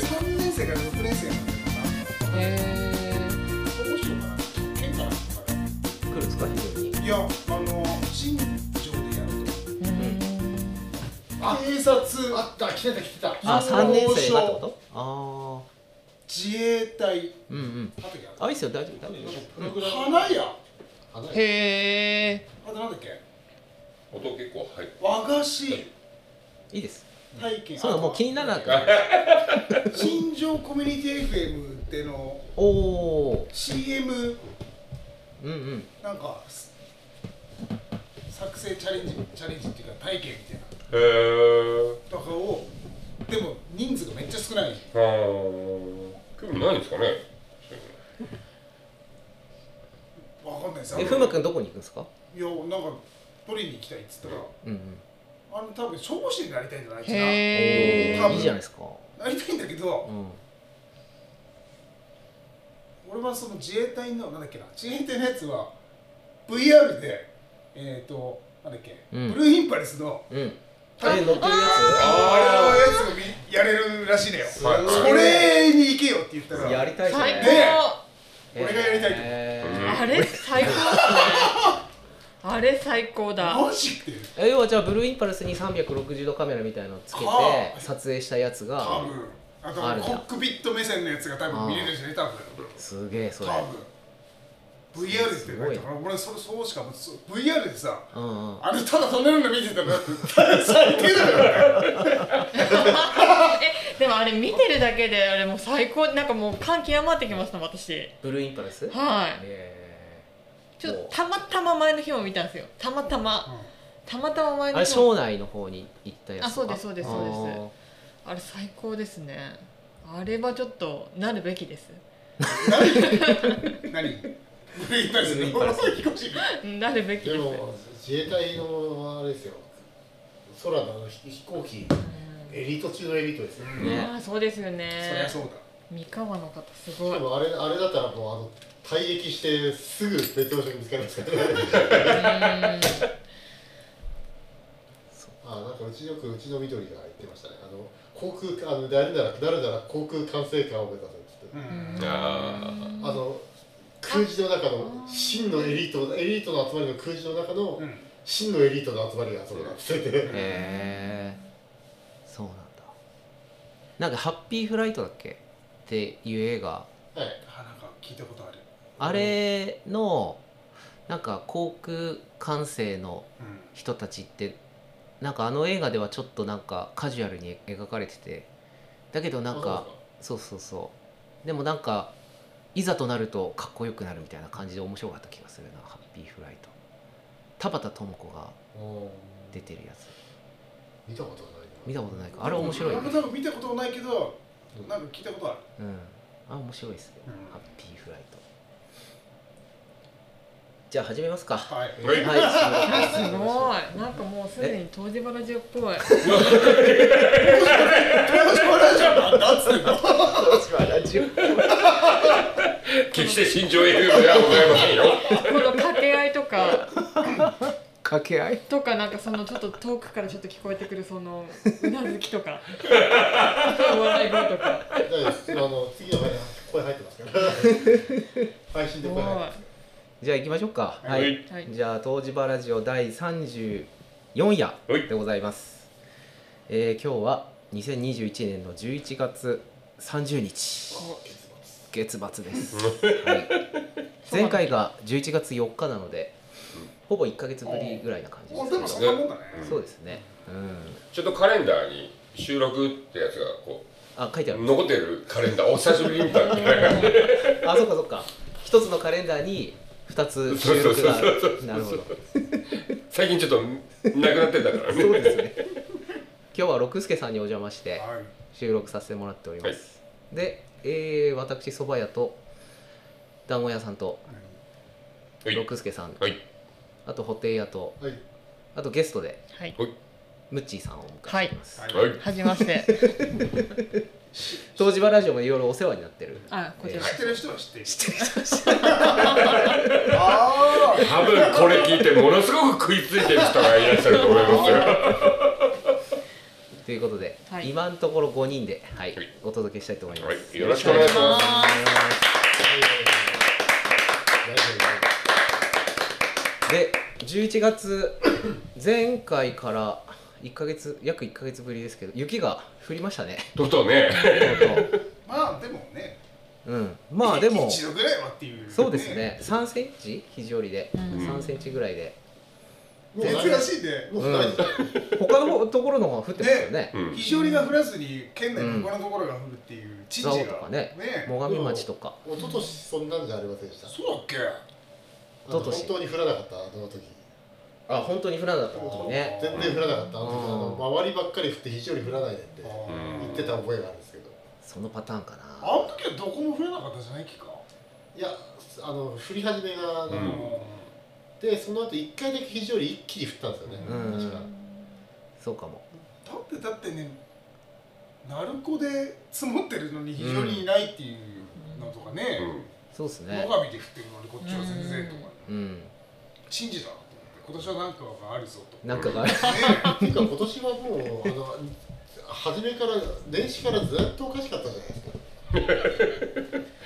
生から6年生までかなえどうしようかな県から来るかー、来るんですか非常にらいやあの新庄でやるとあ警察あった来てた来てたあ三年生がって消ことあ自衛隊あうんうんあとやるあいいっすよ大丈夫大丈プログラム花屋花夫屋へえあとなんだっけ音結構入る和菓子いいです体験そういうのもう気にならなく新庄コミュニティ FM でのおお CM ーうんうんなんかす作成チャレンジチャレンジっていうか体験みたいなへえとかをでも人数がめっちゃ少ないあー興味ないんですかねわかんないですえふむくんどこに行くんですかいやなんか取りに行きたいっつったらうんうんあの多分消防士になりたいんじゃないかへ多え分いいじゃないですかうななりたいんだけどん俺はその自衛隊のなんだっけな自衛隊のやつは VR でえっ、ー、となんだっけ、うんブルーインパルスのうんあれ乗ってるやあれのやつをみやれるらしいのよつはいこれに行けよって言ったやらりたいです高ねで最俺がやりたいとえうん高あれ最高っすねあれ最高だマジってーえ要はじゃあブルーインパルスに360度カメラみたいのつけてはあ撮影したやつ多が分ああとるんだコックピット目線のやつが多分見れるしね多分すげえそれ多分 VR ですってご書いいてある俺それそうしかもそう VR でさうんうんあれただ飛んでるの見てたら最低だよ えでもあれ見てるだけであれもう最高なんかもう感極まってきましたもん私ブルーインパルスはいえちょっとたまたま前の日も見たんですよたまたまたまたま前ーあのれ日も省内の方に行ったやつあそうですそうですそうですああれ最高ですねあれはちょっとなるべきです 何何ブルーインパルスブルーインのパルス飛 行士うんなるべきでですも自衛隊のあれですよ空のあの飛飛行機エリート中のエリートですよ、ーうんねあーそうですよそりねゃそうだ三河の方すしごいかもあれあれだったらもうあの退役してすぐ別の場所に見つかりますからねあなんかうちよくうちの緑が言ってましたねあの航空あの誰なら誰なら航空管制官を目指せって言っうんて、ああの空自の中の真のエリートエリートの集まりの空自の中のうん真のエリートの集まりが集まるって言っ ててへえそうなんだなんか「ハッピーフライト」だっけっていう映画はいあなんか聞いたことあるあれのなんか航空管制のうん人たちってなんかあの映画ではちょっとなんかカジュアルに描かれててだけどなんあかそうそうそうでもなんかいざとなるとかっこよくなるみたいな感じで面白かった気がするな「ハッピーフライト」田畑智子がそうか出てるやつ見たことないな見たことないかあれ面白い俺ねも多分見たことないけどうんなんか聞いたことあるうんあ面白いですね、うんハッピーフライトじゃあ始めますかははいはいいあすごいなんかもうすでに東芝ラジオっぽいはラジオ 決して新庄 FM ではございませんよこの掛け合いとか掛け合いとかなんかそのちょっと遠くからちょっと聞こえてくるそのうなずきとか笑い声とか大丈夫ですあの次の回で声入ってますから配す信でご声い入はってますじゃあ行きましょうかはい、はいいじゃあ東芝ラジオ第34夜はいでございます、えー今日は2021年の11月30日月末です、はい、前回が11月4日なのでほぼ1か月ぶりぐらいな感じおでもですそねんなもんだねそうですねうんちょっとカレンダーに収録ってやつがこあ書いてあるう残ってるカレンダーお久しぶりに見たみたいなあそっかそっか一つのカレンダーに二つ収録があるなるほど最近ちょっとなくなってたからねそうですね今日は六輔さんにお邪魔してはい収録させてもらっております、で、えー、私蕎麦屋と団子屋さんとはい六輔さんはいあと布袋屋とはいあとゲストではいムッチーさんをお迎えしています、はいはいはじめまして東芝ラジオもいろいろお世話になってるあこちら知ってる人は知ってる知ってる ああ多分こ れ聞いてものすごく食いついてる人がいらっしゃると思いますよでいうことで、はい今のところ5人で、はいはいお届けしたいと思います、はいよろしくお願いしますで11月前回から1ヶ月約1ヶ月ぶりですけど雪が降りましたねとうとうねとうとまあでもねううんまあでも一度ぐらいはっていうそうですね3センチ肘折りで、うん3センチぐらいでもう珍しいねもうないです他のところの方が降ってますよねうん非常にが降らずに県内の他のところが降るっていう知事蔵が、王とかね最上町とか一昨年そんなんじゃありませんでしたそうだっけあの一昨年本当に降らなかったあの時あ本当に降らなかった時ね全然降らなかったあの時うんあの周りばっかり降って肘より降らないでってあ言ーってた覚えがあるんですけどそのパターンかあなの時はどこも降らなかったじゃないっけかいやあの降り始めがあのうんでその後一回だけ肘より一気に降ったんですよねうん確かそうかもだってだってね鳴子で積もってるのに非常にいないっていうのとかうね、んそうです最ね上で降ってるのにこっちは全然とか、うん珍事だなと思って今年は何かがあるぞとなんかがあるねっていうか今年はもうあの初めから年始からずっとおかしかったじゃないですか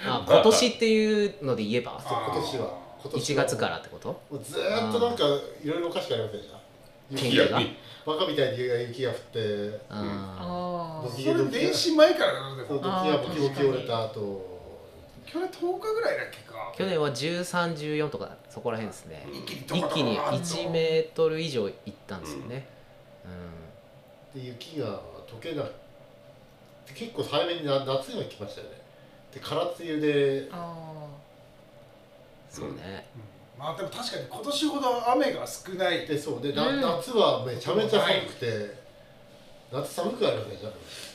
あ今年っていうので言えばあー今年は今年1は月からってこともうずーっとなんかいろいろおかしくありませんでした天い気やがみバカみたいに雪が降ってああうーんそれ年始前からだなでそのも時はボキボキ折れた後去年10日ぐらいだっけかー去年は1314とかそこら辺ですね一気にド一カドカ気にーンと1メートル以上いったんですよねうで雪が溶けなくて結構早めにな夏には来ましたよねで空梅雨であんそうねうんまあでも確かに今年ほど雨が少ないでそうで、なうん夏はめちゃめちゃ寒くて、夏寒くありませんでした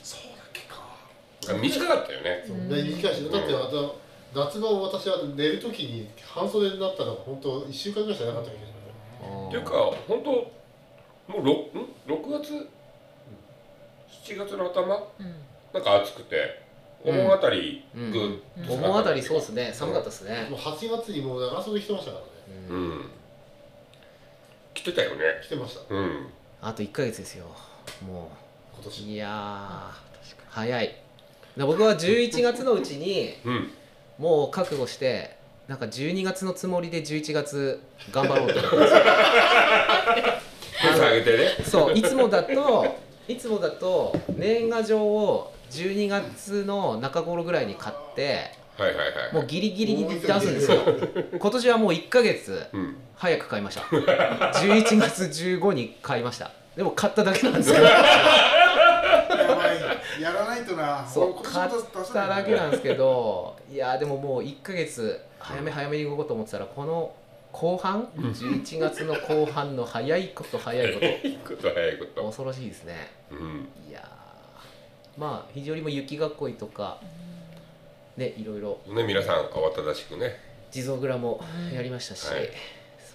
そうだっけか短かったよねそううんで短いしだってうんあと夏の私は寝る時に半袖になったのが本当1週間ぐらいしかなかったけど、っっていうか本当もうろん6月7月の頭ーうんなんか暑くておうん盆あたりうぐっんとうんお盆あたりそうですね寒かったですねもう8月にもう長袖着てましたからねううんん来てたよね着てました今うんあと1ヶ月ですよもう年いやー早いな僕は11月のうちにうんもう覚悟してなんか12月のつもりで11月頑張ろうと思ってます手下げてねそういつもだといつもだと年賀状を12月の中頃ぐらいに買ってはいはいはもいうギリギリに出すんですよ今年はもう1ヶ月うん早く買いました11月15に買いましたでも買っただけなんですけどやばいやらないとなそう俺買っも出せなただいけなんですけどいやでももう1ヶ月早め早めに動こうと思ってたらこの後半11月の後半の早いこと早いこいいこと早いことと恐ろしいですねうんいやーまあ非常にも雪囲いとかねいろいろね皆さん慌ただしくね地蔵蔵もやりましたし、はい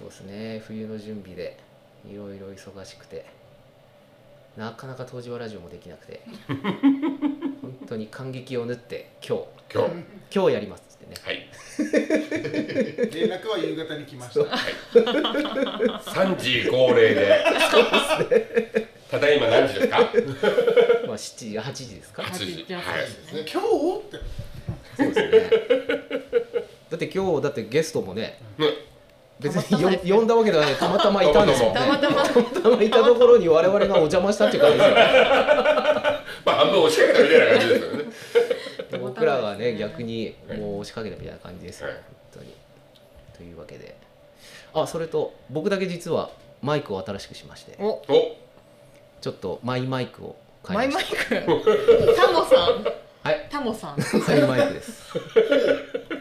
そうですね冬の準備でいろいろ忙しくてなかなか東芝ラジオもできなくて本当に感激を縫って今日今日今日やりますってねはい連絡は夕方に来ました3時恒例でただいま何時ですかまあ7時8時ですか8時8はいですね今日ってそうですねだって今日だってゲストもねね別によ呼んだわけではないたまたまいたんですよねたまたまたまたまいたところに我々がお邪魔したっていう感じですよねまあ半分押しかけたみたいな感じですよねで僕らがねたまたまですね逆にもう押しかけたみたいな感じですよ、はい本当に。というわけであそれと僕だけ実はマイクを新しくしましておおちょっとマイマイクを買マイいまマイしクタモさんたはいタモさんマイマイクです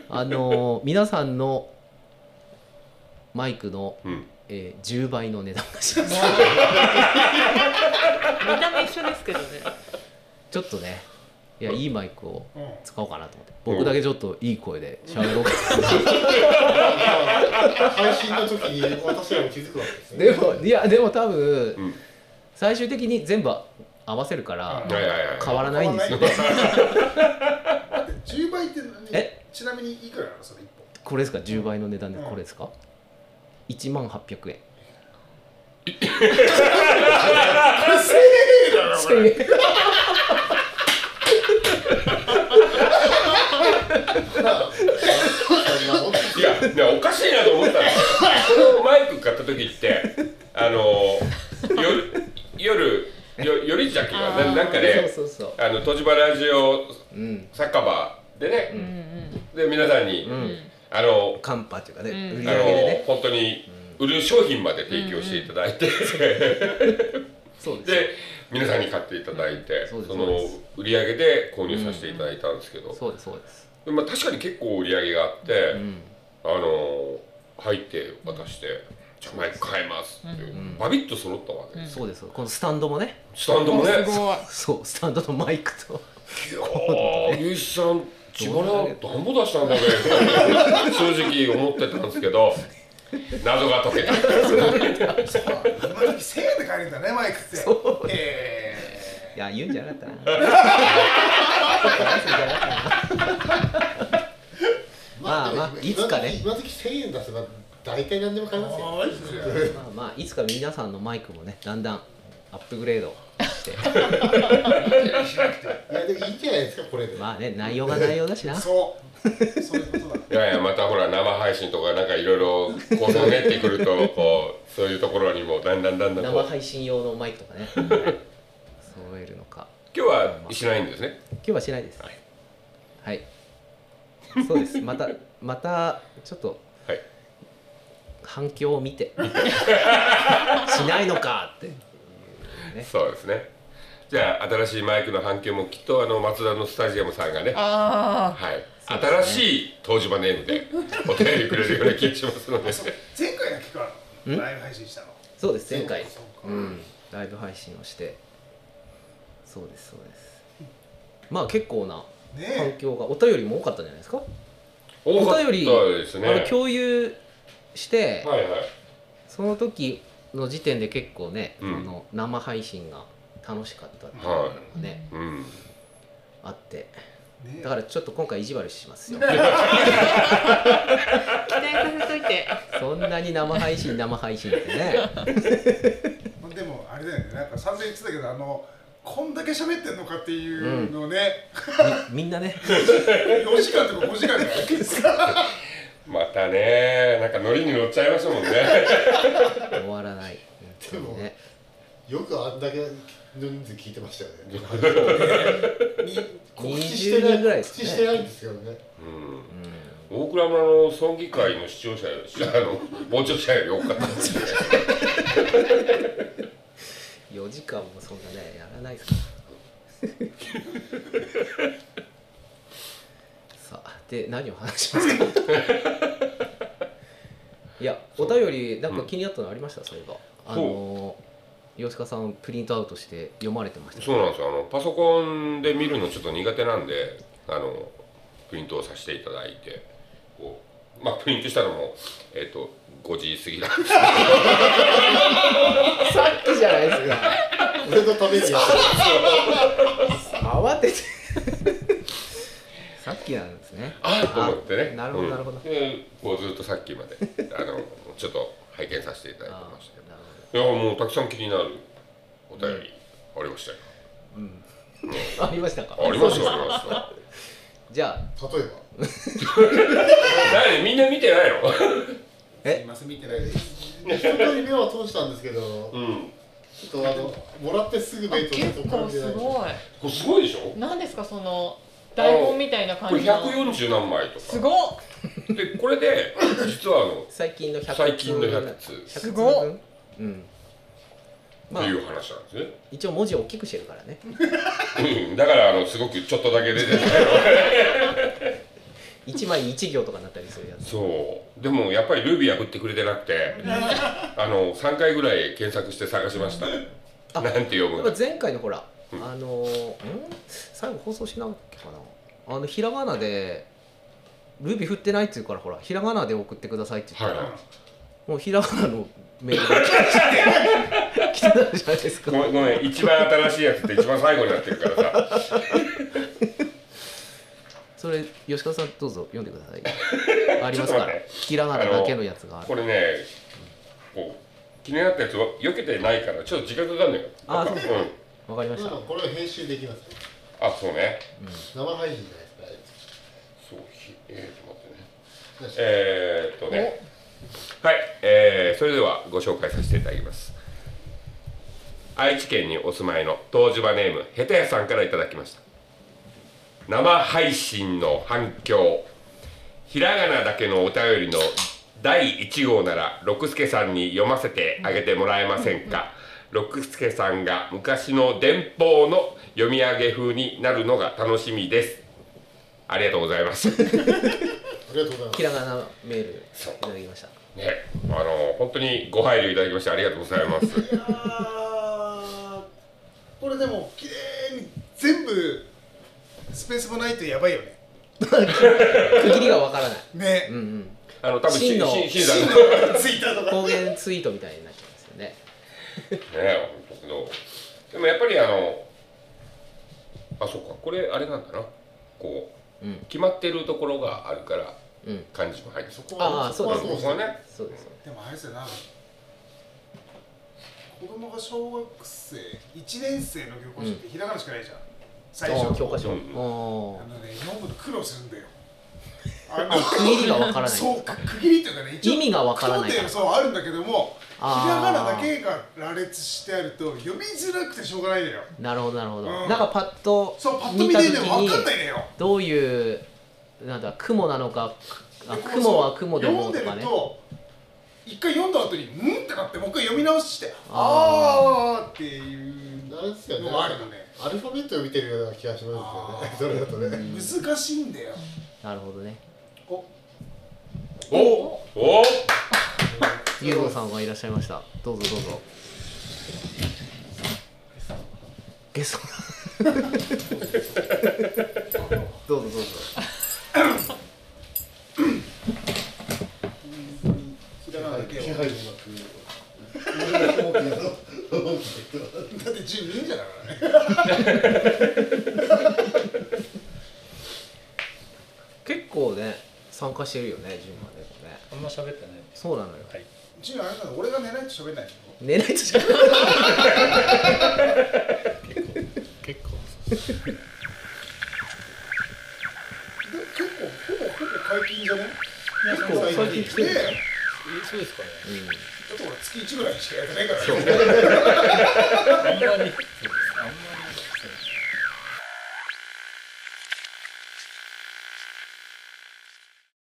あのー皆さんのマイクの、うんえー10倍の値段がします見た目一緒ですけどねちょっとねいやいいマイクをうん使おうかなと思って僕だけちょっといい声で喋ろうかな配信の時に私らも気づくわけですねでもいやでも多分、うん最終的に全部合わせるからはいはいはい変わらないん ですよ、変わらないだって10倍って何えちなみにいくらなのそれ1本これですか10倍の値段でうんこれですか、1万800円せーだろ これ1000円そんなもんですいや、ね、おかしいなと思ったの。このマイク買った時って、あの夜夜よよりじゃきはななんかね、そうそうそうあの東芝ラジオうん酒場でうんね、うんで皆さんに、うんあのカンパっていうかね、うん売ありの上げでね本当に売る商品まで提供していただいて、そうですよで皆さんに買っていただいて、そうですそそうのです売り上げで購入させていただいたんですけど、そうですそうですまあ確かに結構売り上げがあって。うんあのー入って渡して「じゃあマイク買えます」っていう、んバビッと揃ったわけ、うんそうですこのスタンドもねスタンドもねおすごいそうスタンドとマイクといやーゆういちさん自腹なんぼ出したんだべ正直思ってたんですけど謎が解けた今時1000円で買えるんだねマイクってえいや言うんじゃなかったなまあまあでもいつかね今時1000円出せば大体何でも買えますよマジでまあまあいつか皆さんのマイクもねだんだんアップグレードしていやでもいいんじゃないですかこれで、まあね内容が内容だしなそうそういうことだ いやいやまたほら生配信とかなんかいろいろ構想練ってくるとこうそういうところにもだんだんだんだん生こう今配信用のマイクとかねはい揃えるのか日はしないんですね今日はしないですはいはい、そうですまたまたちょっとはい反響を見てしないのかってねそうですねじゃあ新しいマイクの反響もきっとあの松田のスタジアムさんがねあはい、そうですね新しい東芝ネームでお便りくれるような気がしますのでそう前回だけかんライブ配信したのそうです前回そうかうん、ライブ配信をしてそうですそうですまあ結構な反ね響がお便りも多かったんじゃないですか多かった お便りですねあの共有して、はいはいその時の時点で結構ね、うんあの生配信が楽しかったっていうのはがね、うんあってえねえだからちょっと今回意地悪しますよあ期待させといてそんなに生配信生配信ってねまあでもあれだよねなんか散々言ってたけどあのこんだけ喋ってんのかっていうのをね、みみん なね4時間とか5時間とか結構またねなんかノリに乗っちゃいましたもん ね終わらないでもねよくあんだけの人数聞いてましたよね 告知して20人ぐらいですね告知してないんですけどねうん大倉村の村議会の視聴者よりあの傍聴者より多かったです ね4時間もそんなねやらないですから さあで何を話しますか いやお便りなんか気になったのありました、そういえばあの吉川さんプリントアウトして読まれてましたねそうなんですよあのパソコンで見るのちょっと苦手なんであのプリントをさせていただいてこうまあプリントしたのもえっ、と5時過ぎださっきじゃないですか俺のためにやってる慌て てさっきなんですねあと思ってねあなるほどなるほどうんでこうずっとさっきまで あのちょっと拝見させていただいてあましたけなるほどどいやもうたくさん気になるお便りありましたよ、ありましたかありましたよありましたよじゃあ例えば何みんな見てないの すいません見てないです一通り目は通したんですけど、うんちょっとあのもらってすぐメイトで結構すごいこれすごいでしょ何ですかその台本みたいなこ感れじの140何枚とかすごっでこれで実はあの最近の100通最近の100通100通分すごっうんまあっていう話なんですね一応文字を大きくしてるからねうんだからあのすごくちょっとだけ出てる1枚に1行とかなったりするやつそうでもやっぱりルビーは振ってくれてなくてあの3回ぐらい検索して探しましたあなんて読むやっぱ前回のほらあのーん最後放送しなきゃかなあのひらがなでルビ振ってないって言うからほらひらがなで送ってくださいって言ったら、はいもうひらがなのメールが来てたじゃないですか ごめんごめん一番新しいやつって一番最後になってるからさそれ吉川さんどうぞ読んでくださ いありますかちょらっと待ってひらがなだけのやつがあこるれねこう気になったやつを避けてないからちょっと時間かかんのよあそううんわかりました、これを編集できますねあそうね生配信じゃないですかあれそうひえー、ちょっと待ってねどうしたえー、っとねはい、えー、それではご紹介させていただきます愛知県にお住まいの東芝ネームヘタヤさんからいただきました生配信の反響ひらがなだけのお便りの第1号なら六輔さんに読ませてあげてもらえませんか六輔さんが昔の電報の読み上げ風になるのが楽しみですありがとうございますありがとうございますひらがなメールいただきましたね、あの本当にご配慮いただきましてありがとうございます。い やーこれでも綺麗に全部スペースもないとやばいよね区切りがわからないねうんうんあの多分真のししんさんね、ツイッターとか方言ツイートみたいになっちゃいますよね本当にでもやっぱりあの、あそうか、これあれなんだな、こう、うん決まってるところがあるからうん漢字も入ってそこああはそうですこはね、そうですでもあれですよな子供が小学生1年生の教科書ってひらがなしかないじゃん、最あ初ー教科書うんああのね日本語で苦労するんだよああ区切りがわからないそうか区切りというかね意味がわからない句読点そうあるんだけどもひあーらがなだけが羅列してあると読みづらくてしょうがないのよあなるほどなるほうど、んなんかパッとそうパッと見見たて時でも分にかんないのよどういうなんだ雲なのかくあでこう雲は雲でも読んとでかるねと一回読んだ後に「うん?」ってなってもう一回読み直して「ああー」っていうあれですよねのがあるのねアルファベットを見てるような気がしますよねそれだとね難しいんだよなるほどねおおおゆうごさんがいらっしゃいましたどうぞどうぞゲストどうぞどうぞひらがなだけを 気だっ配うまく大きな大きなて10人じゃだからね結構ね参加してるよね順番でもねあんま喋ってないんでそうなのよはい10あれなの俺が寝ないと喋れないの寝ないとしか 結構で結構ほぼほぼ解禁じゃね結構最近来てでるからえそうですかねちょっと俺月1ぐらいしかやってないからねあんまりそうですあんま